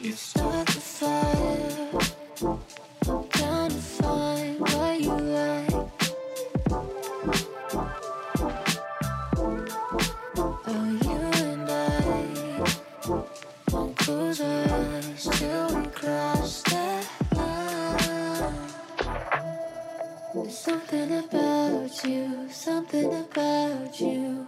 You start the fire. I'm trying to find what you like. Oh, you and I won't close our eyes till we cross that line. There's something about you, something about you.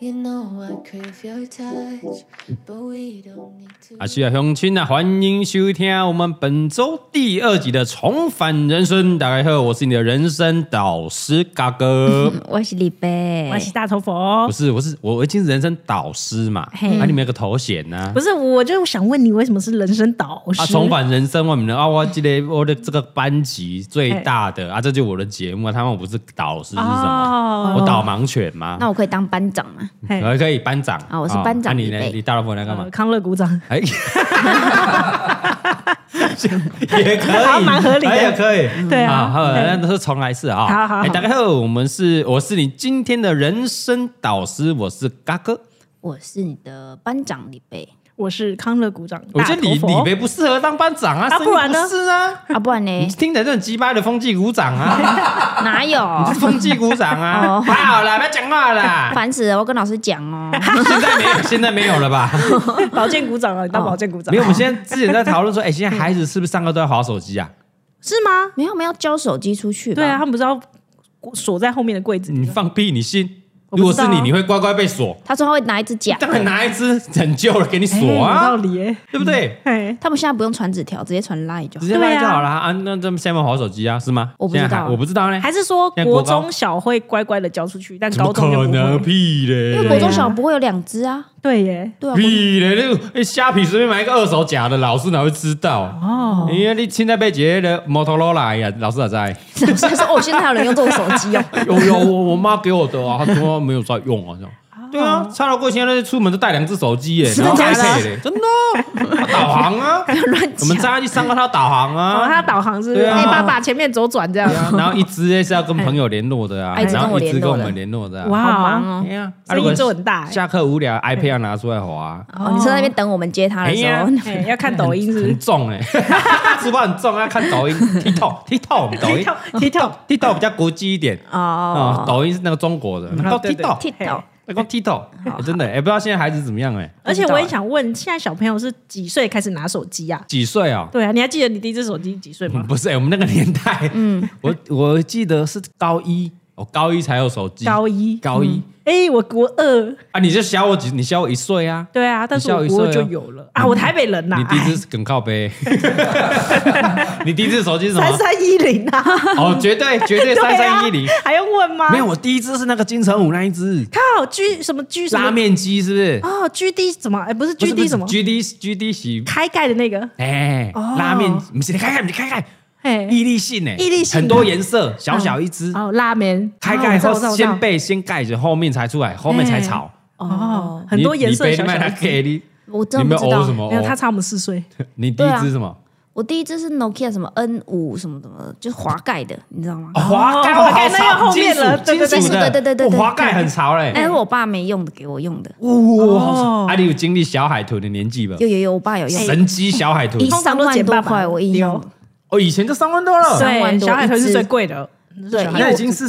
You know I crave your touch, but we don't need to. 啊，是啊，乡亲啊，欢迎收听我们本周第二集的《重返人生》。大家好，我是你的人生导师嘎 哥，嗯我是李贝我，是大头佛嗯哦不。是，我是我已经是人生导师嘛，嘿啊，你们有个头衔呢、啊不。是，我就想问你，为什么是人生导师？啊，重返人生，我们的啊，我记得我的这个班级最大哦的啊，这就是我的节目啊。他们我不是导师是什么？哦我导盲犬吗？那我可以当班长吗？嘿可以可以班长哦啊我是班哦啊长你呢李？贝你大老婆你在干嘛呃？康乐鼓掌。 哎，也可好以，像蛮合理的哎也可以，对啊好，好那都是重来一次啊。好好好哎大家好，我们是我是你今天的人生导师，我是嘎哥。我是你的班长李 贝我是康乐鼓掌。我觉得大头你佛李梅不适合当班长啊，啊声音不然呢哎是啊，啊，不然呢你？听起来就很鸡巴的风纪鼓掌啊， 哪有？风纪鼓掌啊，哦太好了，不要讲话 啦。 烦死了！我跟老师讲 哦，现在没有，现在没有了 吧？ 保健鼓掌啊，你当保健鼓掌哦没有，我们现在之前在讨论说，哎，现在孩子是不是上课都在划手机啊？ 是吗？没有，我们要交手机出去吧。对啊，，他们不是要锁在后面的柜子里你吗？放屁，你信？我如不果知道是啊你，你会乖乖被锁。他说他会拿一支假当然的，拿一支拯救了给你哎有锁啊道，理耶。对不对？嘿，他们现在不用传纸条，直接传赖就直。好接卖对啊就好了啊！那这么现在玩好手机啊，是吗？我不知道现在还我不知道呢，还是说现在国国高中小会乖乖的交出去，但怎么高中就可不能会？屁嘞？因为国中小不会有两只啊，对耶， 对啊，屁嘞！那个哎虾皮随便买一个二手假的，老师哪会知道？哦，因为你现在被姐的 Motorola 呀，老师哪在？所以说哦，现在还有人用这种手机 哦。有有，我我妈给我的啊，她说没有在用啊，这样。对啊，差老贵现在出门都带两只手机耶，哦真然的后假的 iPad 嘞，真的啊，她导航 啊，乱我们讲。扎去上课她导航哦，啊，他导航是不是对啊哎，爸爸前面左转这样。 然后一只是要跟朋友联络的啊，哎然后一只一直跟跟我我们们联络的啊。哇好 忙哦哎！呀，啊生如果意做很大欸下课无聊，iPad 要拿出来滑啊，哦，你是在那边等我们接他的时哎候，呀哎，要看抖音是不 很重哎，书包很重，要看抖音，TikTok，TikTok，抖音是？TikTok， ，TikTok 比较国际一点啊，哦，抖音是那个中国的，然后对对 TikTok，对踢到那个 TikTok，哎真的哎，不知道现在孩子怎么样哎，而且我也想问，现在小朋友是几岁开始拿手机啊？几岁啊？对啊，你还记得你第一只手机几岁吗？不是哎，我们那个年代，嗯，我我记得是高一，我高一才有手机，高一。高一哎，我国二。啊，你就小我几，你小我一岁啊，嗯对啊，但是我国二就有了啊！我台北人呐，你第一只是梗靠背，你第一只手机是什三么？三一零啊，哦，绝对绝对对啊三三一零。还用问吗？没有，我第一只是那个金城武那一只靠 G 什么 G 什么拉面机，是不是？哦，G D 什么？哎，不是 G D 什么？G D G D 洗开盖的那个，哎，哦拉面，不是你看看，你看看，哎，毅力性哎，毅力性很多颜色，小小一只，哦拉面开盖哦后我知道我知道先被先盖着，后面才出来，后面才炒。哦，很多颜色你小卖小他的，给你，我你真们的不知哦道什。么没有，他哦？差我们四岁，你第一只是什么？我第一只是 Nokia 什么 N 五什么什么，就是滑盖的，你知道吗？哦滑盖，哦哇滑好盖那要潮，后金面属了对金对属对的，对对对哦对滑盖很潮嘞。那是我爸没用的，给我用的。哇，好哦爽啊，你有经历小海豚的年纪吧？有有有，我爸有用。神机小海豚一，三万多块，我印象中。哦，以前就三万多了，三万对，多小海豚一是只最贵的，对小海豚因那为已我经是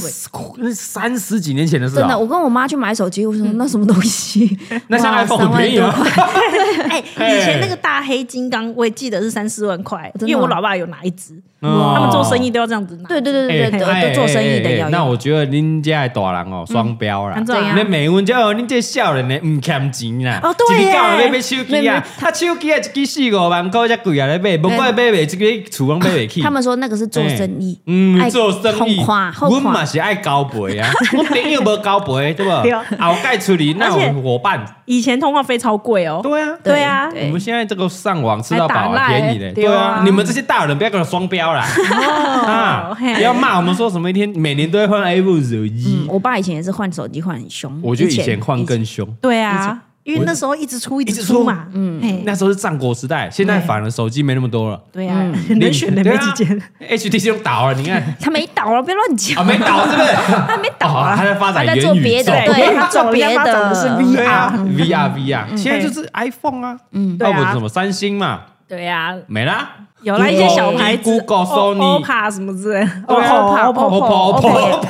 那三十几年前的事真了的，。我跟我妈去买手机，我说那什么东西？啊嗯 那像哇 iPhone 很便宜啊3万多块哎，以前那个大黑金刚，我也记得是三四万块，真的因哦为我老爸有拿一只，哦他们做生意都要这样子拿。对对对 哎对对哎对，都做生意的哎哎哎要那用。嗯我觉得恁家的大人哦，双标啦。安怎啊那美文就哦，恁这少年的唔欠钱啦。哦对一耶日到晚要买手没机啊没，他手机啊一支四五万块才贵啊来买，不怪买买这个厝拢买袂起。他们说那个是做生意哎，嗯，哎做生意，后跨后阮嘛跨，是爱交陪 啊，我朋友无交陪，对不？对后盖处理那有伙伴，以前通话费超贵哦，对啊。对啊对我们现在这个上网吃到饱还打啊，赖便宜的，对啊对啊。你们这些大人不要给我双标啦，哦啊！哦嘿不要骂我们说什么一天每年都会换 iPhone 手机嗯，我爸以前也是换手机换很凶。我觉得以前换更凶。对啊，因为那时候一直出一一直直出出嘛，嗯，那时候是战国时代，现在反而手机没那么多了，啊对呀，嗯能选的没几间， h t c 都倒了，你看他没倒了，别乱啊，讲，没倒是不 是？他没倒哦啊，他在发展他在做元宇别的，宙 对他做别他走的，的是 VR 对啊，VR VR，现在就是 iPhone 啊，嗯，对要啊不什么三星嘛，对啊呀，没啦，有啦一些小牌子 Google O- Sony 哦 OPPO 什么之类的对啊 OPPO OPPO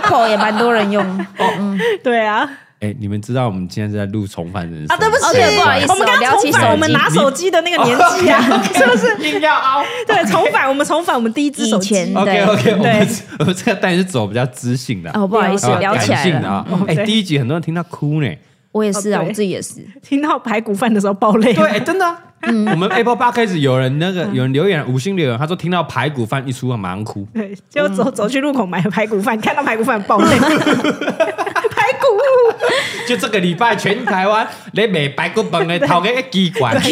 OPPO 也蛮多人用。对啊，哎，你们知道我们现在是在录《重返人生》啊，对不起，哦对不好意 思我们刚聊刚起重手返机我们拿手机的那个年纪啊，是不是？硬要凹。 对，重返我们重返我们第一只手以前机， OK OK，我们对我们这个带是走比较知性的啊，哦，不好意思啊，聊起感来性的了，啊。哎，对第一集很多人听到哭呢，我也是啊，哦对我自己也是，听到排骨饭的时候爆泪，对，哎真的啊。嗯我们 Apple Park 开始有人那个有人留言五星留言，他说听到排骨饭一出，他马上哭。对，嗯就走走去路口买排骨饭，看到排骨饭爆 泪，排骨就这个礼拜，全台湾连美排骨饭的头个机 关，啊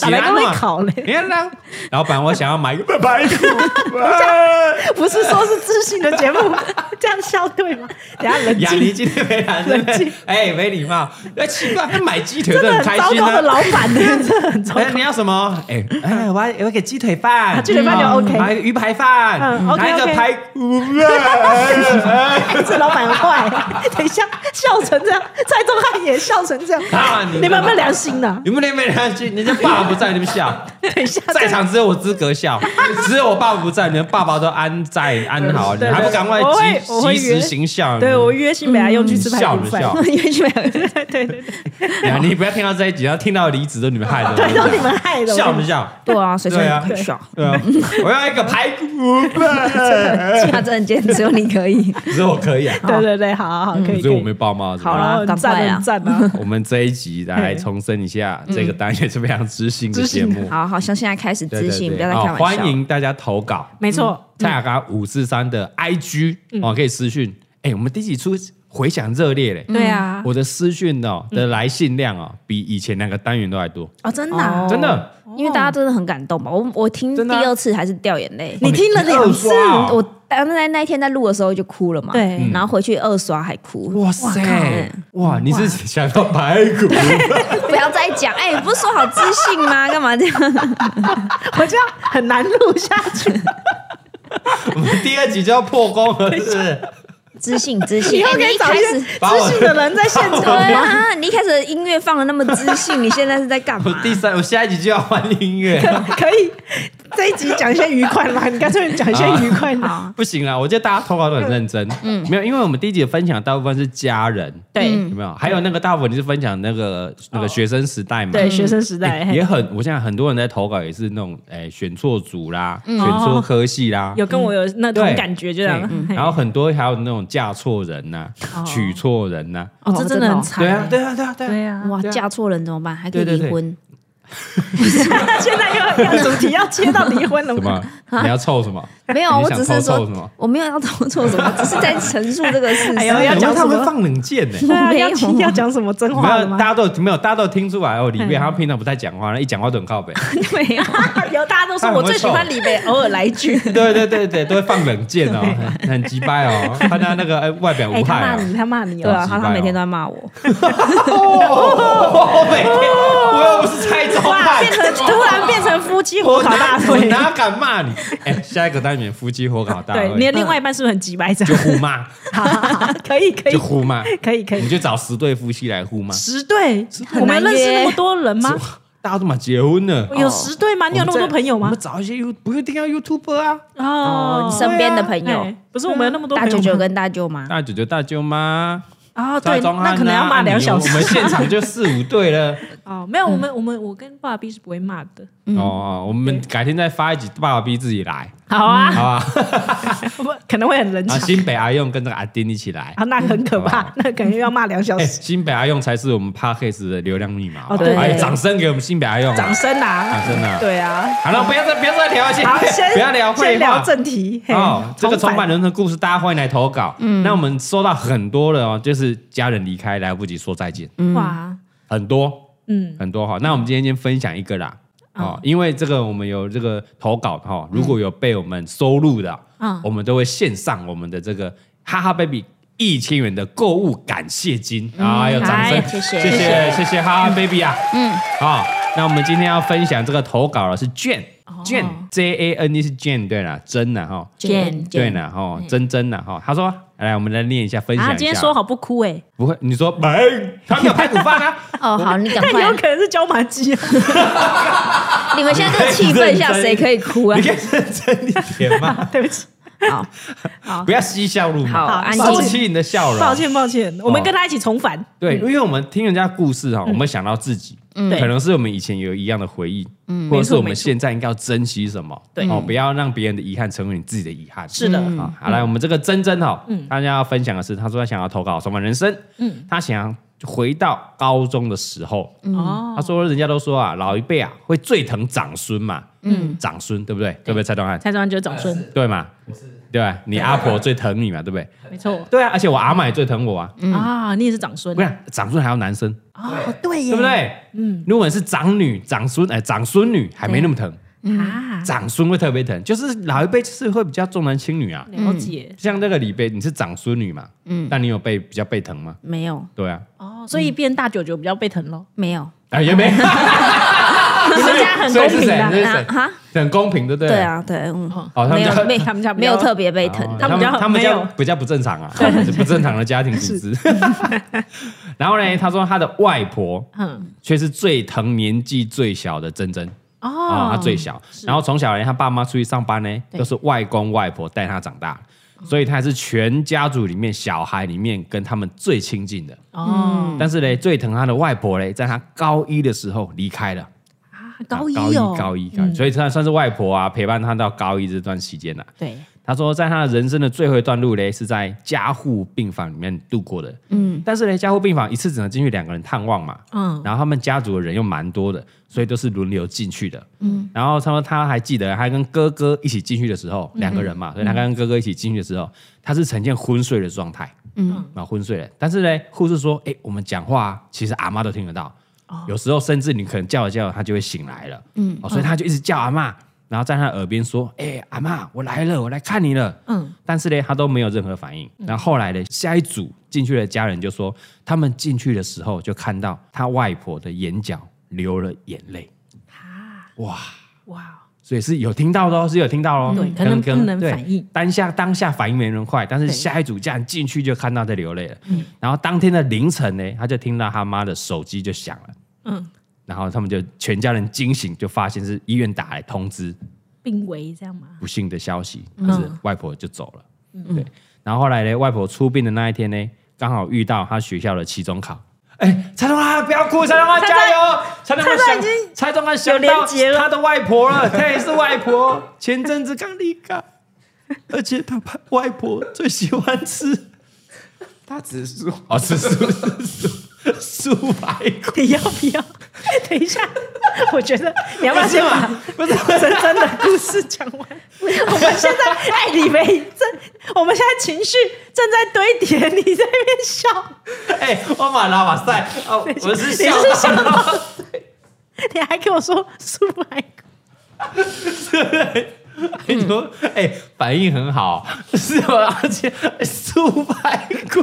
打来都会烤嘞，你看啦，老板，我想要买一 个排骨饭。不是说是自信的节目， 这样笑对吗？等一下冷雅静，尼今天没来，对不对冷静哎，没礼貌。哎，奇怪，他买鸡腿真都的很开糟心糕的啊。老板，真的很糟糕 哎，。你要什么？哎哎，我要我要给鸡腿饭，啊鸡腿饭就哦 OK 拿一个鱼排饭，嗯，OK，拿一个 OK 排 骨 饭。这老板很坏，等一下笑成这样，蔡宗翰也笑成这啊样你，你们有没有良心呢？你们那边人去，人家爸爸不在，你们笑。等一下，在场只有我资格笑，只有我爸爸不在，你们爸爸都安在安好，你对对还不赶快我会我及会及时约行孝？对我约新北来用去吃排笑骨了饭，嗯笑约新北来，对对对，哎呀，你不要听到这一集，要听到离职都你们害的，对，都你我们害跟的，你讲笑不笑？对啊，谁说对啊你很小？对啊，我要一个排骨饭，其他证件只有你可以。只有我可以啊，对对对，好好好，可以，只有我可以没爸妈。好了，啦然后很赶快赞啊很赞啊！我们这一集来重申一下，这个单元是非常知性的节目， 好好，像现在开始对对自信，对不要再哦开玩笑。欢迎大家投稿，没错，蔡雅刚五四三的 IG 嗯哦，可以私讯。哎，我们第几出回响热烈嘞？对啊，我的私讯哦的来信量哦，比以前两个单元都还多，哦，真的哦啊，真的。因为大家真的很感动吧？我我听真第的啊哦二次还是掉眼泪。你听了两次你二刷哦我当在那一天在录的时候就哭了嘛，对嗯然后回去二刷还哭，哇塞哇！哇，你是想到排骨？ 不要再讲，哎、不是说好自信吗？干嘛这样？ 我这样很难录下去。我们第二集就要破功了，是不是？自信，自信，以后哎、可你以一找开一些始 知性的人在现对场。啊，你一开始的音乐放的那么自信，你现在是在干 我嘛？第三，我下一集就要换音乐， 可以这一集讲一些愉快啦， 你干脆讲一些愉快啦。不行啦！我觉得大家投稿都很认真，嗯，没有，因为我们第一集的分享大部分是家人，对有没有？还有那个大部分你是分享那个那哦个学生时代嘛，对，学生时代哎也很，我现在很多人在投稿也是那种，哎，选错组啦，选错科系啦，嗯哦有跟我有那种对感觉，就这样啊对。然后很多还有那种嫁错人呐，娶错人呐，哦，这真的很惨。对啊，对啊，对啊，对啊。啊哇，嫁错人怎么办？还可对以对对离婚？ 现在又要主题要切到离婚了什吗么？？你要凑什么？没有，你我想只偷是凑说什么，我没有要偷错什么，只是在陈述这个事实。 哎呦要讲他什么会放冷箭 呢？对啊，没有要提要讲什么真没话了有，大吗？家都没有，大家都听出来哦。里嗯面他平常不太讲话，那一讲话都很靠 北。没有，有大家都说我最喜欢李贝，偶尔来一句。对对对对，都会放冷箭哦，很很鸡掰哦。看他那个哎外表哎，无他害骂哦。 你，他骂你对哦。啊，他他每天都在骂我，我哦每天我又不是蔡宗哦哇，翰，变成突然变成夫妻火我烤大哪 我会。哪敢骂 你？哎，下一个单元夫妻火烤大对，你会的另外一半是不是很急白这就样？互骂，好好好 可以可以就互骂，可以可我们以，就找十对夫妻来互骂。十对，很我们难认识约那么多人吗？大家都嘛结婚了，有十对吗？哎你有那么多朋友我吗们？找一些 You 不一定要 YouTuber 啊，哦哦你身边的朋友对啊哎不是我们有那么多大朋友舅吗舅跟大舅妈。大舅舅、大舅妈。哦，蔡对，宗翰啊那可能要骂两小我们时。现场就四五对 了。哦，没有，我们我们我跟爸比是不会骂的。哦，我们改天再发一集，爸爸逼自己来， 好啊，好吧？ 嗯不可能会很冷然场后新北阿用跟那个阿丁一起来。啊，那很可嗯怕，那感觉要骂两小哎，时。新北阿用才是我们 Parkes 的流量密码。哦对哎掌声给我们新北阿用。掌声啊！哎掌声啊对啊，好了，不要再不要再聊，先 好，先不要聊废先聊话。正题。嘿哦，这个重返返人生故事，大家欢迎来投稿。嗯，那我们收到很多了哦，就是家人离开来不及说再见，哇，很多。嗯，很多哈。那我们今天先分享一个啦，哦，因为这个我们有这个投稿哈，如果有被我们收录的嗯，我们都会献上我们的这个哈哈 baby 一千元的购物感谢金。哎呦，掌哎声！谢谢谢谢谢，谢谢哈哈 baby 啊。嗯，好，那我们今天要分享这个投稿的是卷卷 J A N E 是卷，对啦，真的哈， Jane，对呢哈，真真的哈。他说，来，我们来念一下，分享一啊，下。今天说好不哭哎、不会？你说没？他没有拍骨饭啊？哦，好，你赶但快有，可能是椒麻鸡 啊，你们现在这个气你氛下，可以认真谁可以哭啊你？可以认真一点 吗？对不起，好，不要嬉笑怒好骂，安静收起你的笑容。抱歉抱歉，我们哦跟他一起重返。对，因为我们听人家故事哈，我们想到自己，对可能是我们以前有一样的回忆，或者是我们现在应该要珍惜什么，对哦，不要让别人的遗憾成为你自己的遗憾。是的啊，好来，我们这个珍珍哈，大家要分享的是，她说她想要投稿什么人生，嗯，她想要回到高中的时候，哦，她说人家都说啊，老一辈啊会最疼长孙嘛，嗯，长孙对不对？对不对？蔡东汉蔡庄就是长孙，对嘛？对吧？你阿婆最疼你嘛，对不对？没错、对啊，而且我阿妈也最疼我啊，嗯啊，你也是长孙不，然长孙还要男生。啊哦，对耶对不对？嗯，如果你是长女、长孙，哎，长孙女还没那么疼，啊，嗯长孙会特别疼，就是老一辈就是会比较重男轻女啊。了解、像那个李贝，你是长孙女嘛，嗯，但你有被比较被疼吗？没有，对啊，嗯哦，所以变大舅舅比较被疼咯。没有，啊也没，你们家很所公以是平谁？的，这是那谁？哈，很公平，对不对？对，啊，对，嗯，哦，他没们家有被他们家比较没有特别被疼哦的，他他们们家家他们家没有比较不正常啊，是不正常的家庭组织。 然后呢，他说他的外婆嗯，却是最疼年纪最小的珍珍。啊、哦，他最小，然后从小呢，他爸妈出去上班呢，都是外公外婆带他长大，所以他是全家族里面小孩里面跟他们最亲近的。哦，但是呢，最疼他的外婆呢，在他高一的时候离开了，啊啊高一高哦，高一，高一，所以他算是外婆啊，陪伴他到高一这段期间呐、啊。对，他说，在他的人生的最后一段路嘞，是在加护病房里面度过的。嗯，但是呢，加护病房一次只能进去两个人探望嘛。嗯嗯，然后他们家族的人又蛮多的，所以都是轮流进去的。嗯，然后他说他还记得，他跟哥哥一起进去的时候，两个人嘛，所以他跟哥哥一起进去的时候，他是呈现昏睡的状态。嗯，啊，昏睡了。但是呢，护士说，哎，我们讲话啊其实阿妈都听得到。有时候甚至你可能叫了叫了，他就会醒来了。嗯，哦，所以他就一直叫阿嬷，然后在他耳边说：“哎、阿嬷，我来了，我来看你了。”嗯，但是呢，他都没有任何反应。然后后来呢，下一组进去的家人就说，他们进去的时候就看到他外婆的眼角流了眼泪，哇，所以是有听到的哦，是有听到哦。对可能不能对反应当下当下反应没人快，但是下一组家人进去就看到他流泪了。然后当天的凌晨呢，他就听到他妈的手机就响了。嗯，然后他们就全家人惊醒，就发现是医院打来通知病危这样吗？不幸的消息，嗯就是外婆就走了。对，然后后来呢，外婆出殡的那一天呢，刚好遇到她学校的期中考。哎，蔡东汉不要哭，蔡东汉加油！蔡东汉想，蔡东汉想有到连结了他的外婆了，她也是外婆，前阵子刚离开，而且他外婆最喜欢吃，他只是说哦，吃素素 素排骨， 你要不要？ 等一下， 我觉得你要不要先把不是真真的故事讲完。我们现在， 哎，李梅正，我们现在情绪正在堆叠，你在那边笑，哎、我马拉马赛哦，我是笑 你是笑到你还跟我说素白骨，你说，哎、反应很好， 是吧？而且 素排骨，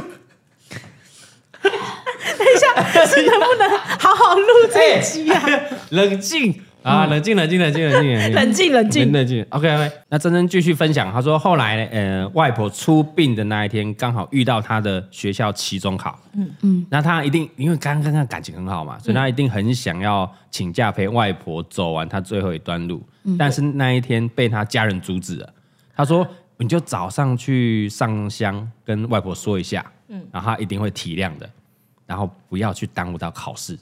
等一下是能不能好好录哎这一集啊？哎 嗯冷静啊，冷静，冷静，冷静，冷静，冷静，冷冷静，静。冷静。OK，, o k 那珍珍继续分享，她说后来呢，呃，外婆出殡的那一天，刚好遇到她的学校期中考，嗯嗯，那她一定因为刚刚她感情很好嗯嘛，所以她一定很想要请假陪外婆走完她最后一段路，嗯但是那一天被她家人阻止了。他说：“你就早上去上香跟外婆说一下，嗯，然后她一定会体谅的，然后不要去耽误到考试。”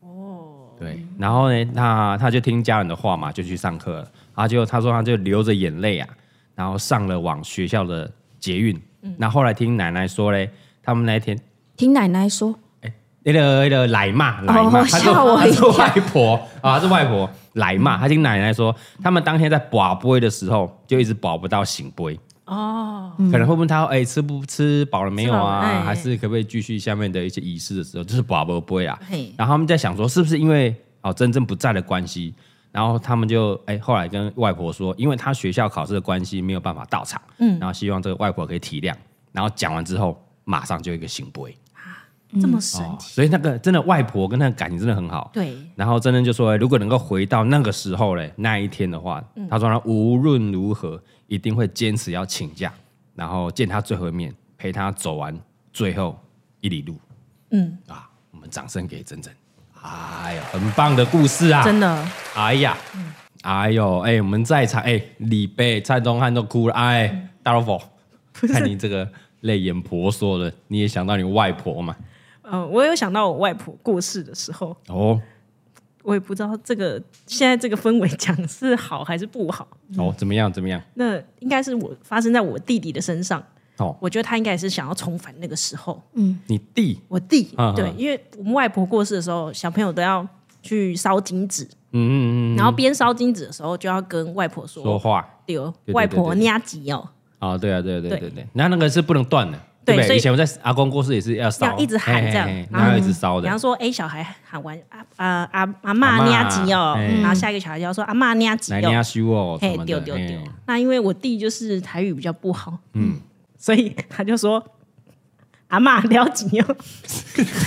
哦，对，然后呢，那他就听家人的话嘛，就去上课了。他就他说他就流着眼泪啊，然后上了往学校的捷运。那、后来听奶奶说嘞，他们那一天听奶奶说，那个那个奶哦妈，奶妈，她是吓我她一是外婆啊，她是外婆奶妈，她听奶奶说，他们当天在保杯的时候就一直保不到醒杯。哦，可能会问他，哎、吃不吃饱了没有啊？吃饱了哎还是可不可以继续下面的一些仪式的时候，就是保不杯啊嘿？然后他们在想说，是不是因为哦真正不在的关系，然后他们就哎、后来跟外婆说，因为他学校考试的关系没有办法到场，嗯，然后希望这个外婆可以体谅。然后讲完之后，马上就有一个醒杯这么神哦，奇，所以那个真的外婆跟那个感情真的很好。对，然后真真就说，如果能够回到那个时候嘞，那一天的话，他说他无论如何一定会坚持要请假，然后见他最后一面，陪他走完最后一里路嗯，啊！我们掌声给真真，哎呀，很棒的故事啊！真的，哎呀，哎呦，哎，我们在场，哎，李贝、蔡宗翰都哭了，哎，大老婆，看你这个泪眼婆娑的，你也想到你外婆嘛？嗯，我有想到我外婆过世的时候，哦我也不知道这个现在这个氛围讲是好还是不好。哦，怎么样？怎么样？那应该是我发生在我弟弟的身上，哦，我觉得他应该也是想要重返那个时候。你弟，我弟、嗯对，嗯因为我们外婆过世的时候，小朋友都要去烧金纸，嗯嗯嗯，然后边烧金纸的时候就要跟外婆说说话。：“丢对对外婆对对压吉哦。啊，对啊，对啊对啊对对啊对啊，那那个是不能断的，对对不所对？以以前我在阿公过世也是要烧，要一直喊嘿嘿这样嘿然然后后要一直烧”的比方，说，哎，小孩喊完啊啊啊阿阿妈嬷压吉哦哎，然后下一个小孩就要说阿妈压吉来你要哦，修哦什嘿么的，丢丢丢嘿。那因为我弟就是台语比较不好，嗯， 所以他就说阿妈撩吉 哦，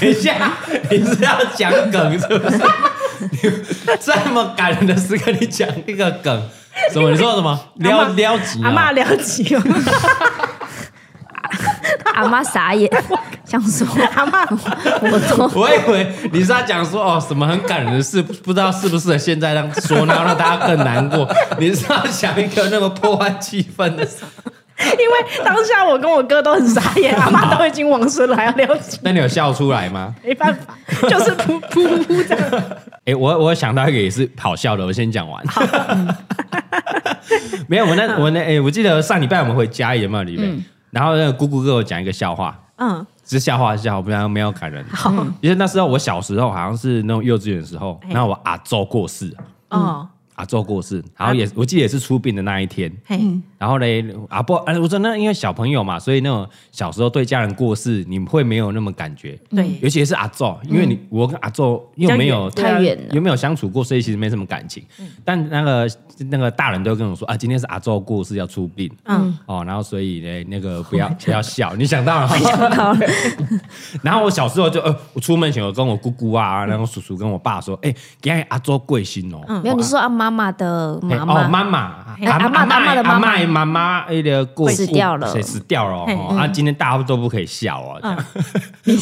等一下，你是要讲梗是不是？ 你这么感人的时刻，你讲一个梗，什么？你说什么？撩撩急阿妈啊？撩吉哦，阿妈傻 眼，想说阿妈我 都我以为你是要讲说哦，什么很感人的事，不不知道适不适合现在让说，然后让大家更难过。 你是要讲一个那么破坏气氛的事？ 因为当下我跟我哥都很傻 眼，阿妈都已经往生了，还要撩起，那你有笑出来吗？没办法，就是 噗噗噗噗这样。哎、我我想到一个也是好笑的，我先讲完。 没有，我那我那哎、我记得上礼拜我们回家有没有李贝？然后那个姑姑给我讲一个笑话，嗯，是笑话是笑话，不然没有感人。好，因为那时候我小时候好像是那种幼稚园的时候，然后我阿周过世，哦，阿周过世，然后也、我记得也是出殡的那一天，嘿，然后嘞，阿伯，哎，我说那因为小朋友嘛，所以那种小时候对家人过世，你会没有那么感觉。对，尤其是阿宙，因为你、我跟阿宙又没有啊比较远太远了嗯又没有相处过，所以其实没什么感情。但那个那个大人都跟我说啊，今天是阿宙过世要出殡，嗯哦，然后所以呢，那个 不要不要笑，你想到了，想到了。 然后我小时候就呃，我出门前我跟我姑姑啊，然后叔叔跟我爸说，哎、给阿宙贵姓哦，嗯没有。你是说阿妈妈的嘿妈哦，妈，妈妈，阿阿嬷的阿嬷的阿妈妈嬷的妈妈，那个过死掉了嗯谁死掉了哦？哦啊，今天大家都不可以笑哦。这样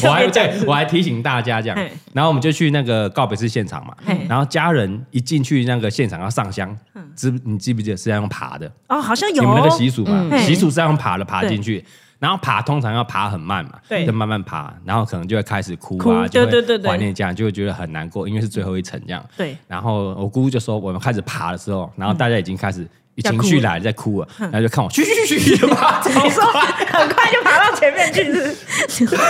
我还特别讲对我还提醒大家这样嘿，然后我们就去那个告别式现场嘛嘿，然后家人一进去那个现场要上香，嗯知你记不记得是要用爬的？哦，好像你有们那个哦习俗嘛，嘿习俗是要用爬的爬进去。然后爬通常要爬很慢嘛，对就慢慢爬，然后可能就会开始哭哭啊，对就会对对对怀念家，就会觉得很难过，因为是最后一层这样。对然后我姑姑就说，我们开始爬的时候，然后大家已经开始情绪来了在哭了，嗯然后就看我去去去去就爬超快，很快就爬到前面去， 是不是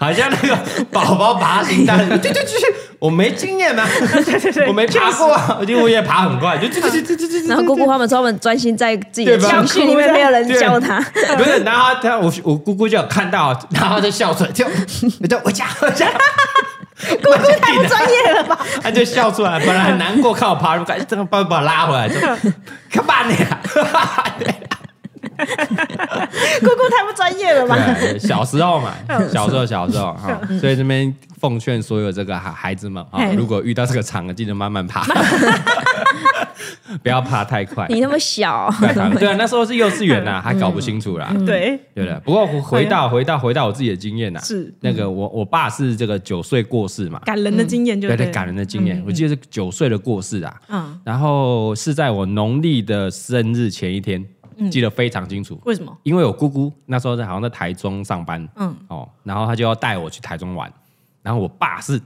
好像那个宝宝爬行单，去去去，我没经验啊， 我没爬过啊，因为我也爬很快，就去去去去去去。然后姑姑他们说他们专心在自己的对吧情绪里面，没有人教他。 不是，然后他我我姑姑就有看到， 然后就笑出来，就就我家 我家，姑姑太不专业了吧？他就笑出来，本来很难过，看我爬那么高，这个把把我拉回来， 就干嘛啊 呢？姑姑太不专业了吧？对，小时候嘛，小时候小时候哈，所以这边奉劝所有这个孩孩子们啊，如果遇到这个场，记得慢慢 爬，不要爬太 快。 你那么小，快爬对啊，那时候是幼稚园啊呐，还搞不清楚啦。对，对啊了，不过回回到回到回到我自己的经验呐，啊是那个我我爸是这个九岁过世嘛，感人的经验就嗯对对对，感人的经验，我记得是九岁的过世啊，嗯，然后是在我农历的生日前一天，记得非常清楚，为什么？因为我姑姑那时候在好像在台中上班，嗯哦嗯，哦，然后她就要带我去台中玩，然后我爸是，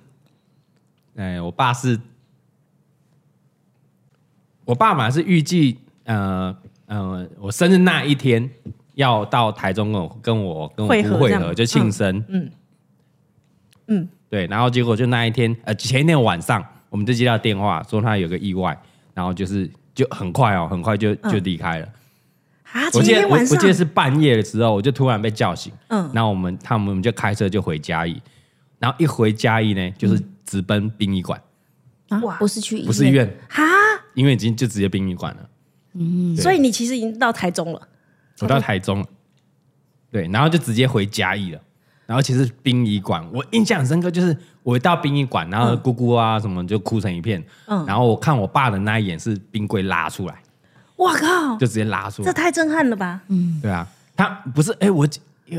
哎、我爸是，我爸嘛是预计，呃呃，我生日那一天要到台中跟我跟我跟我会合姑会这样合，就庆生，嗯嗯，对，然后结果就那一天，呃，前一天晚上我们就接到电话说他有个意外，然后就是就很快哦，很快就就离开了。啊， 我前记得天我我晚上记得是半夜的时候，我就突然被叫醒，嗯嗯，然后我们他们我们就开车就回嘉义，然后一回嘉义呢，就是直奔殡仪馆，哇不是去医不是医院，啊，因为已经就直接哦殡仪馆了。所以你其实已经到台中了，我到台中了，对，然后就直接回嘉义了。然后其实殡仪馆，我印象很深刻，就是我一到殡仪馆，嗯然后姑姑啊什么就哭成一片，然后我看我爸的那一眼是冰柜拉出来，哇靠，就直接拉出来这，太震撼了吧！嗯对啊，他不是哎、我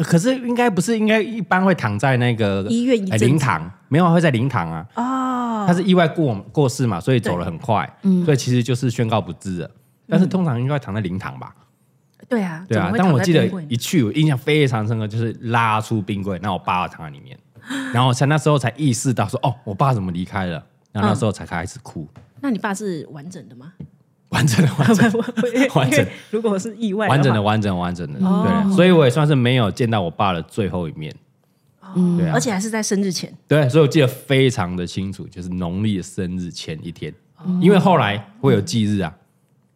可是应该不是应该一般会躺在那个医院一哎阵子灵堂，没有会在灵堂啊，哦，嗯他是意外过过世嘛，所以走了很快，所以其实就是宣告不治了。但是通常应该躺在灵堂吧？对啊，嗯对怎啊么，会但躺我在记得冰柜呢一去，我印象非常深刻，就是拉出冰柜，那我爸躺在里面，然后我才那时候才意识到说，哦，我爸怎么离开了？然后那时候才开始哭，那你爸是完整的 吗？完整的完 整的完整 因为如果是意外话完整的完整的完整的，哦对，所以我也算是没有见到我爸的最后一面。嗯对啊而且还是在生日前，对，所以我记得非常的清楚，就是农历的生日前一天，因为后来会有忌日啊，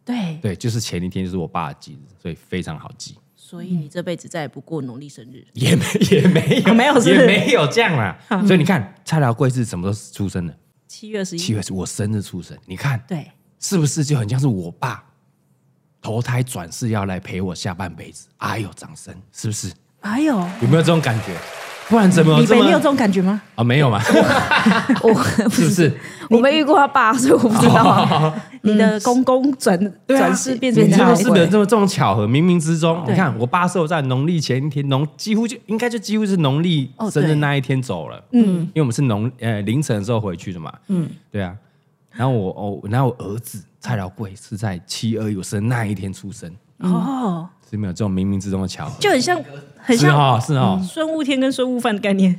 对，对，就是前一天就是我爸的忌日，所以非常好记，所以你这辈子再也不过农历生日。也没 也没有、啊没有是不啊也是没有这样啦。所以你看，蔡辽贵是什么时候出生的？七月十七一，月是我生日出生，你看对，是不是就很像是我爸投胎转世要来陪我下半辈子？哎呦，掌声，是不是？哎呦，有没有这种感觉？不然怎么有李这北，嗯你有么这种感觉吗？啊？没有嘛，我 是不是？我没遇过他爸，所以我不知道哦啊。嗯你的公公转啊转世变成你这是样不是有这么这种巧合？冥冥之中，啊对你看我爸是我在农历前一天，农几乎就应该就几乎是农历哦生对日那一天走了。嗯，因为我们是农呃凌晨的时候回去的嘛。嗯，对啊。然后我哦，然后我儿子蔡老贵是在七二一我生那一天出生，哦，是没有这种冥冥之中的巧合。就很像很是像嗯哦，是哦。孙悟天跟孙悟饭的概念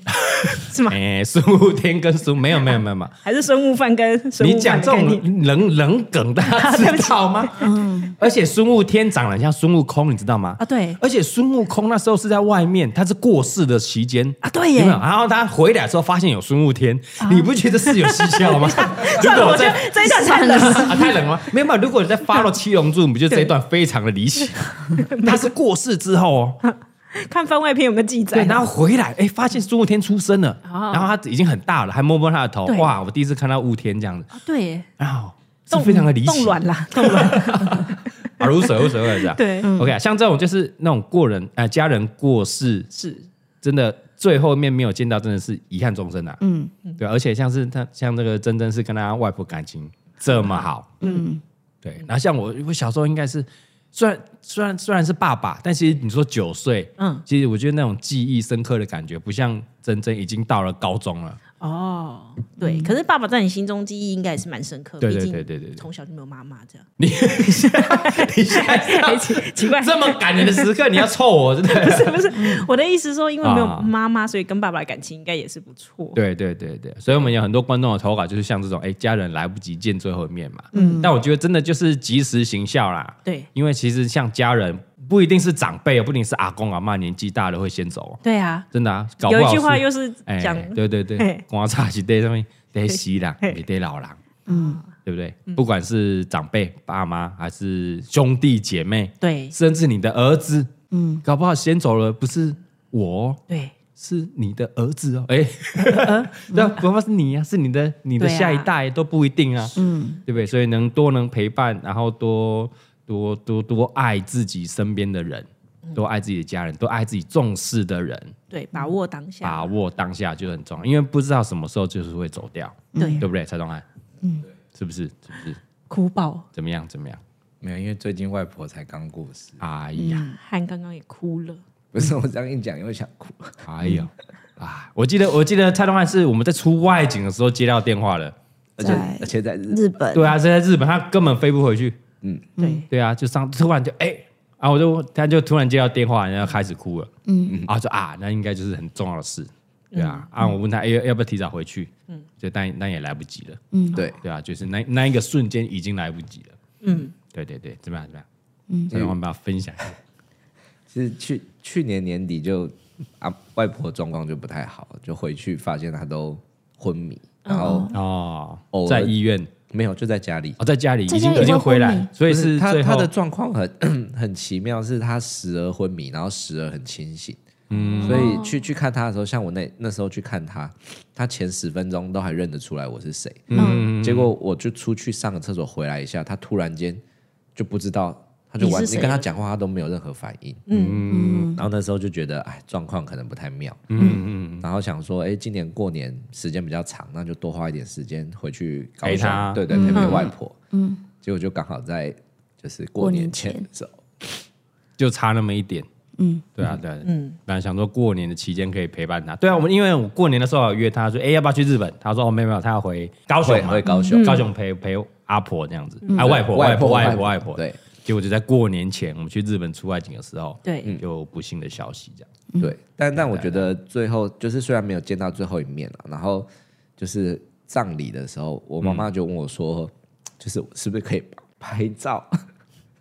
是吗？哎，孙悟天跟孙没有没有没有没有，还是孙悟饭跟孙你悟讲饭这的概种念？冷冷梗，大家 知道吗？嗯。而且孙悟天长得很像孙悟空，你知道吗？啊，对而且孙悟空那时候是在外面，他是过世的期间啊，对耶啊有没，有？然后他回来之后发现有孙悟天，你不觉得是有蹊跷 吗？ 如算了，果我我就在这一段太冷了。 啊太冷了吗，没有没有。如果你在 follow 七龙珠，你不觉得这一段非常的离奇？ 他是过世之后哦， 看番外篇有没有记对，载？然后回来哎，发现孙悟天出生了，然后他已经很大了，还摸摸他的头，哦对哇，我第一次看到悟天这样子，啊，对耶，然后是非常的离冻奇。卵啦，冻卵。 啊，无所谓，无所谓，这样。对，OK，啊像这种就是那种过人呃家人过世是真的最后面没有见到，真的是遗憾终生啊。嗯，对啊，而且像是他像那个珍珍是跟他外婆感情这么好，嗯，对。然后像我我小时候应该是虽然虽然虽然是爸爸，但其实你说九岁，嗯嗯，其实我觉得那种记忆深刻的感觉，不像珍珍已经到了高中了。哦，嗯对，可是爸爸在你心中记忆应该也是蛮深刻，对毕对竟对对 对对从小就没有妈妈这样，你你现在 奇怪这么感人的时刻，你要臭我，真的。我的意思是说，因为没有啊妈妈，所以跟爸爸的感情应该也是不错。对对对对，所以我们有很多观众的投稿，就是像这种，哎，家人来不及见最后一面嘛。嗯，但我觉得真的就是及时行孝啦。对因为其实像家人不一定是长辈，哦不一定是阿公阿妈，年纪大了会先走，哦对啊，真的啊。搞不有好一句话是又是哎讲，对对对嘿，光差是对上面对西郎，嘿也对老郎，嗯，对不对？不管是长辈、爸妈，还是兄弟姐妹，对甚至你的儿子，嗯，搞不好先走了不是我哦，对是你的儿子哦， 哎，那不不是你呀、是你的你的对啊下一代都不一定啊，嗯，对不对？所以能多能陪伴，然后多多多多爱自己身边的人，多爱自己的家人，多爱自己重视的人，对，把握当下把，握当下就很重要，因为不知道什么时候就是会走掉，对对，不对？蔡宗翰，嗯，是不是？是不是？哭爆，怎么样？怎么样？没有，因为最近外婆才刚过世，哎呀，汉刚刚也哭了，不是我这样一讲又想哭。 哎呀，啊！我记得我记得蔡宗翰是我们在出外景的时候接到电话的。而且在而且在日日本对啊，这在日本他根本飞不回去。嗯嗯，对对啊，就上突然就哎、啊，我就他就突然接到电话，然后开始哭了。嗯，啊说啊，那应该就是很重要的事。对啊，啊，我问他哎要、要不要提早回去？嗯，就但但也来不及了。对，对啊，就是那那一个瞬间已经来不及了。嗯，对对对，怎么样怎么样？嗯，所以我们把它分享一下。是去去年年底就啊外婆状况就不太好，就回去发现她都昏迷，然后哦偶，尔在医院没有就在家里。哦，在家里已在家经里已经会回昏来迷，所以不是她最她后的状况很 很奇妙，是她时而昏迷，然后时而很清醒。嗯，所以去去看她的时候，像我那那时候去看她，她前十分钟都还认得出来我是谁。嗯，结果我就出去上个厕所回来一下，她突然间就不知道，她他就完，你你是谁跟他讲话，他都没有任何反应。嗯然后那时候就觉得，哎，状况可能不太妙。嗯嗯，然后想说，哎，今年过年时间比较长，那就多花一点时间回去高陪雄他对对，陪陪外婆。嗯，结果就刚好在就是过过年年前前走，就差那么一点。嗯，对啊，对啊，嗯，本来想说过年的期间可以陪伴他。对啊，我们因为我过年的时候有约他说，哎，要不要去日本？他说哦，没有没有，他要回高雄会嘛，嗯会高雄高雄陪陪阿婆这样子，嗯啊，对外婆外婆婆外婆外外婆婆。对，结果就在过年前，我们去日本出外景的时候，对嗯，就不幸的消息这样。对，但但我觉得最后就是虽然没有见到最后一面了，然后就是葬礼的时候，我妈妈就问我嗯说，就是是不是可以拍照？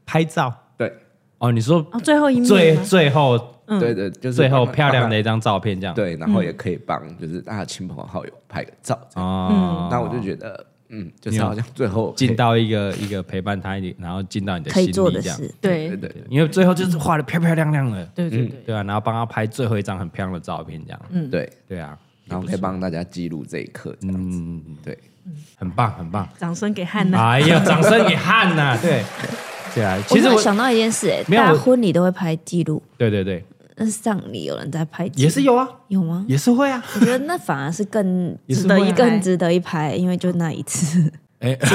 拍照对哦，你说哦，最后一最面吗最后 对对，就是最后帮她漂亮的一帮张照片这样。她对，然后也嗯可以帮就是大家亲朋好友拍个照这样。嗯哦，那我就觉得，嗯，就你是有好像最后进到一个一个陪伴他一点，然后进到你的可心以里做的这样。事，对对对对因为最后就是画的漂漂亮亮的，对对对，对啊，然后帮他拍最后一张很漂亮的照片，这样，嗯嗯对对，对啊，然后可以帮大家记录这一刻这样子。嗯，对，很棒，很棒，掌声给汉娜。哎呀，掌声给汉 呐，对，对啊，其实我突我然，想到一件事、哎，没有大我家婚礼都会拍记录，对对对，但是葬礼有人在拍记录，也是有啊，有吗？也是会啊，我觉得那反而是更 也是值得会一啊更值得一拍，因为就那一 次，哎，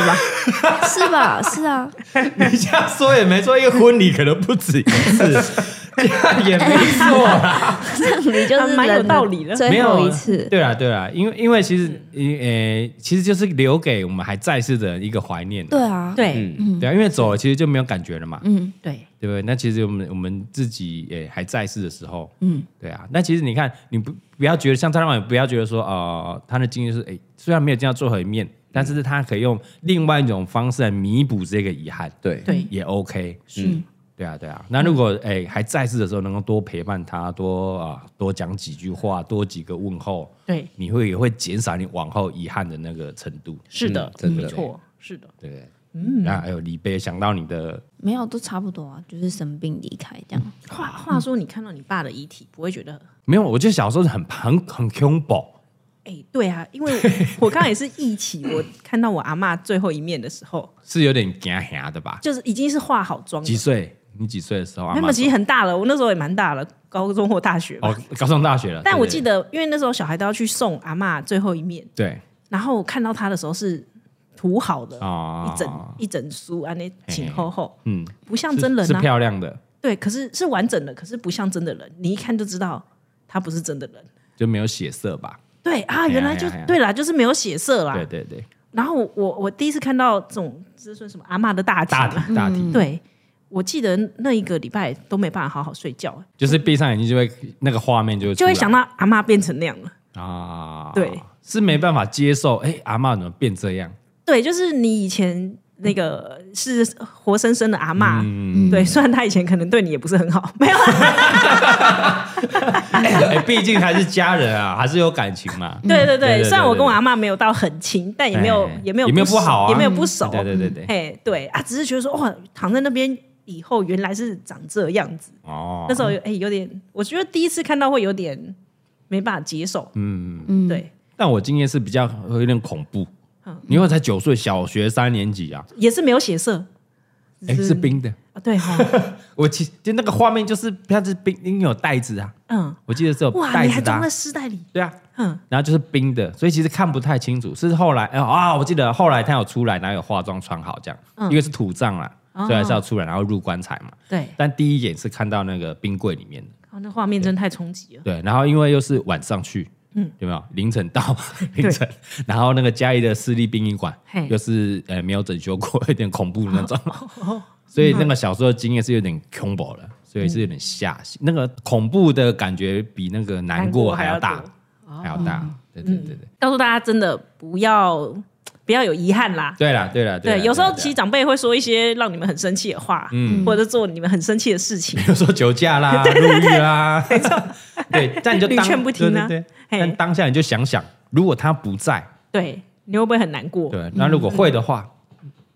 是吧？是啊，你这样说也没错，一个婚礼可能不止一 次，这样也没错啊。葬礼就啊是蛮有人道理的没 最有后一次，对啊，对啊，因为因为其实，呃，其实就是留给我们还在世的人一个怀念啊。对啊，对对啊，因为走了其实就没有感觉了嘛，嗯，对，对不对？那其实我们我们自己也还在世的时候，嗯，对啊。那其实你看，你不不要觉得像张老板，不要觉得说，呃，他的经历是，哎，虽然没有见到最后一面，但是他可以用另外一种方式来弥补这个遗憾，对对也 OK，嗯。对啊，对啊。那如果哎、还在世的时候，能够多陪伴他，多啊、多讲几句话，多几个问候，对，你会也会减少你往后遗憾的那个程度。是的嗯，真的没错，是的，对不对，嗯，那还有李贝想到你的，没有都差不多啊，就是生病离开这样。话话说，你看到你爸的遗体，不会觉得没有，我觉得小时候是很很很恐怖，哎、对啊，因为我 我刚刚也是忆起我看到我阿妈最后一面的时候，是有点惊吓的吧？就是已经是化好妆了几。岁？你几岁的时候？阿那妈么其实很大了，我那时候也蛮大了，高中或大学吧。哦，高中大学了。但对我记，得，因为那时候小孩都要去送阿妈最后一面，对对然后我看到他的时候是涂好的，啊一整一整梳，安那请厚厚，嗯，不像是真人是啊。漂亮的，对，可是是完整的，可是不像真的人，你一看就知道他不是真的人。就没有血色吧？对啊，呀原来就哎呀哎呀对啦，就是没有血色啦对。对对，然后我我第一次看到这种，这算什么阿嬷的大体大嘛？体大体，对，我记得那一个礼拜都没办法好好睡觉，就是闭上眼睛就会那个画面就会就会出来想到阿嬷变成那样了。啊，对，是没办法接受，哎，阿嬷怎么变这样？ 对，就是你以前那个是活生生的阿嬷，嗯，对，虽然她以前可能对你也不是很好，没有啦，哎，毕竟还是家人啊， 还是有感情嘛。嗯对对对对对，对虽然我跟我阿嬷没有到很亲，但也没有哎也没有也没有不不好啊也没有不熟，对对对对，哎对啊，只是觉得说哇，躺在那边以后原来是长这样子，哦那时候有哎有点，我觉得第一次看到会有点没办法接受，嗯，嗯，，对，但我经验是比较有点恐怖。嗯因为我才九岁，小学三年级啊，也是没有血色哎，是冰的。啊，对哈， 我其就那个画面就是它是冰，因为有袋子啊，嗯。我记得是有哇，袋你还子的装啊、在丝带里？对啊，嗯，然后就是冰的，所以其实看不太清楚。是后来哎啊，我记得后来他有出来，然后有化妆穿好这样，嗯因为是土葬啦，所以还是要出来，然后入棺材嘛。对，但第一眼是看到那个冰柜里面的，哦，那画面真太冲击了。对，然后因为又是晚上去，嗯，有没有凌晨 到凌晨，然后那个嘉义的私立殡仪馆嘿哦又是呃没有整修过， 有点恐怖的那种，所以那个小时候的经验是有点恐怖的，所以是有点吓，那个恐怖的感觉比那个难过还要大嗯难过还要，哦嗯还要大，对对对对，告诉大家，真的不要不要有遗憾啦。对啦对啦啦 对，有时候其实实长辈会说一些让你们很生气的话，嗯或者做你们很生气的事情比。如说酒驾啦、入狱啦，没错，对，但你就屡当劝不听啊对对对，嘿但当下你就想想，如果他不在。对，你会不会很难过？对，那如果会的话，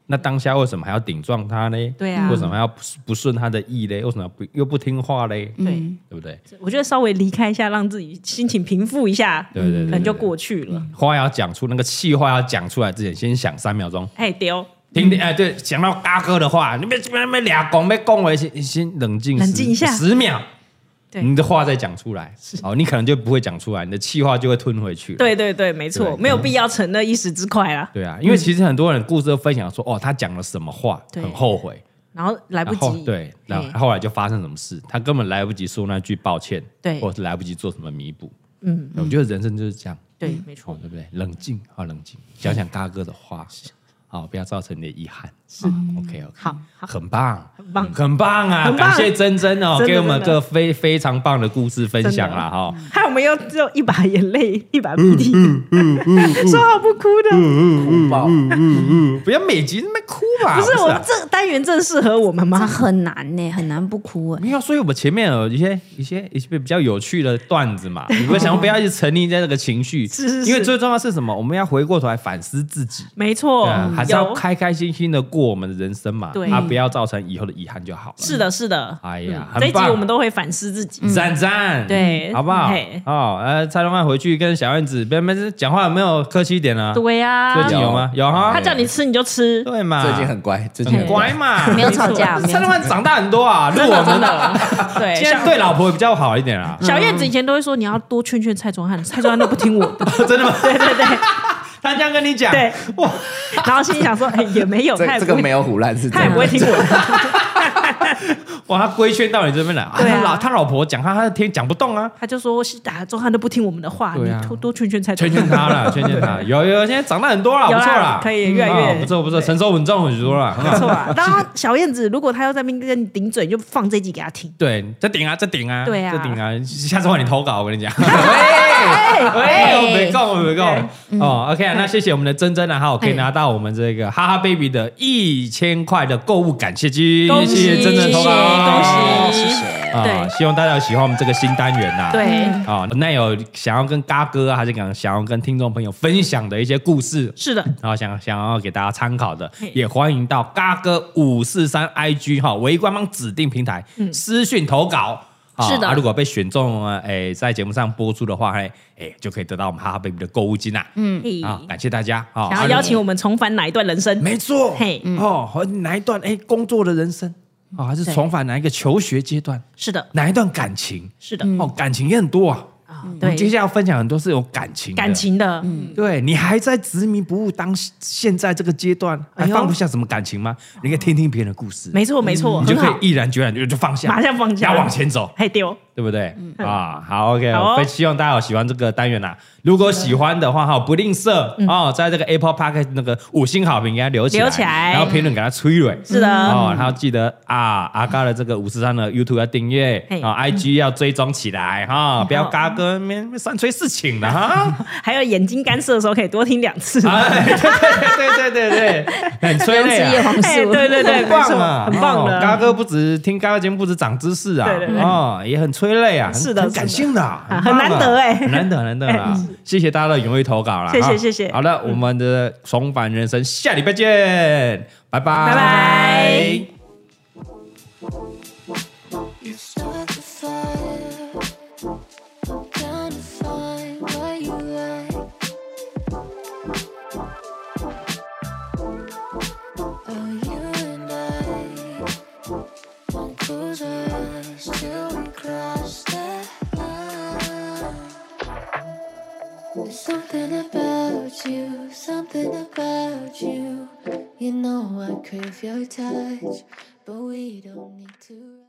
那当下为什么还要顶撞他呢？对啊为什么要不不顺他的意嘞？为什么不又不听话嘞？对，对不对？我觉得稍微离开一下，让自己心情平复一下，对对对对嗯可能就过去了。话要讲出那个气话要讲出来之前，先想三秒钟，哎，丢，听听哎，对，想到阿哥的话，你别别别俩拱，别恭维，先先冷静冷十静一下十秒，对你的话再讲出来，哦，你可能就不会讲出来，你的气话就会吞回去。对对对，没错，对没有必要逞那一时之快啦。对啊，因为其实很多人故事都分享说，哦，他讲了什么话，对很后悔，然后来不然后及，哎对，然后啊嘿后来就发生什么事，他根本来不及说那句抱歉，对或者是来不及做什么弥补。嗯，我觉得人生就是这样，对，没错哦，，对不对？冷静，好冷静，嗯想想大哥的话，好，不要造成你的遗憾。是，OK OK，嗯好好很棒，很棒很棒啊！很棒感谢珍珍哦，真的给我们真的个非非常棒的故事分享啦哈。害我们又只有一把眼泪，一把鼻涕，嗯 说好不哭的，哭爆。不要每集那么哭吧？不是我啊们这个单元正适合我们这吗？很难呢，很难不哭哎。没有，所以我们前面有一些一些一些比较有趣的段子 嘛，你们想不要一直沉溺在这个情绪，是是是因为最重要的是什么？我们要回过头来反思自己，没错对啊，还是要哦有开开心心的过我们的人生嘛，对啊，不要造成以后的遗憾就好了。是，的，是的，哎呀，这很一集棒，嗯我们都会反思自己，赞赞，对好不好嘿？哦，呃，蔡东汉回去跟小燕子，别别讲话有没有客气一点啊？对呀最，近有吗？有哈他，叫你吃你 就吃，对嘛，最近很乖，最近很很乖。嘛，没有吵架，没有蔡东吵架汉长大很多 啊，录我们的，对， 现在对老婆比较好一点啊。小燕子以前都会说你要多劝劝蔡宗翰，蔡宗翰都不听我的， 真的吗？对对对，他这样跟你讲，对，哇，然后心里想说，哎，也没有，他这也不这个会没有胡乱是他也不会听我的，哇，他规劝到你这边来，啊对啊他老他老婆讲他，他听讲不动啊，他就说是打宗翰都不听我们的话，对啊你多多劝劝蔡宗劝翰，劝他 了，劝劝他，有有，现在长大很多了，不有啦错啦，可以越来嗯越哦不错不错，成熟稳重很多 了，没很错好。啊。然后小燕子，如果他要在那边跟你顶嘴，你就放这集给他听。对，这顶啊，这顶啊，对啊这顶啊！下次换你投稿，我跟你 讲。喂，我没够，我没嗯够。哦，OK 啊，那谢谢我们的珍珍啊，还有可以拿到我们这个哈哈 baby 的一千块的购物感谢金，恭谢喜谢珍珍投稿，恭哦喜谢谢啊！对希望大家有喜欢我们这个新单元呐。对，啊、那有想要跟嘎哥啊，还是想想要跟听众朋友分享的一些故事，是的，然后想想要给大家参考的，也欢迎到嘎哥五四三 IG 哈、唯一官方指定平台、嗯私讯投稿。啊是的啊如果被选中啊，哎，在节目上播出的话，哎哎，就可以得到我们哈哈 baby 的购物金啦、嗯，嘿啊，感谢大家啊！然后邀请我们重返哪一段人生？没错，嘿嗯哦，和哪一段哎工作的人生啊，还是对重返哪一个求学阶段，是的，哪一段感情？是的，哦，感情也很多啊。我们接嗯对，下来要分享很多是有感情的，感情的，嗯，对你还在执迷不悟当现在这个阶段，还哎呦放不下什么感情吗？你可以听听别人的故事，没错没错，嗯你就很可以好，毅然决然就就放下，马上放下，要往前走，嘿，还丢，对不对？啊，好，OK，嗯好哦我非希望大家有喜欢这个单元啦。如果喜欢的话，哈，不吝啬哦，在这个 Apple Park 那个五星好评给它留起来，嗯留起来然后评论给它催蕊，是的，哦，然后记得啊，阿嘎的这个五十三的 YouTube 要订阅嘿嗯啊，IG 要追踪起来哈，不要好嘎哥面三催四请了哈。 还有眼睛干涩的时候可以多听两次，哎，对对对对 对，很催泪吃叶啊。黄哎，素，对对对，很没棒错，啊，很棒哦嘎的，哥不止听嘎哥节目，不止长知识啊，对对对哦，也很催泪啊，很是的很感性的啊，棒的啊很难得哎嗯很难得，很难得啊！谢谢大家的踊跃投稿啦，谢谢哈谢谢嗯好的，我们的重返人生下礼拜见，拜拜，拜拜。 You start the fire. I'm trying to find what you like. Oh, you and I won't lose our eyes till we cross that line. There's something about you, something about you. You know I crave your touch, but we don't need to.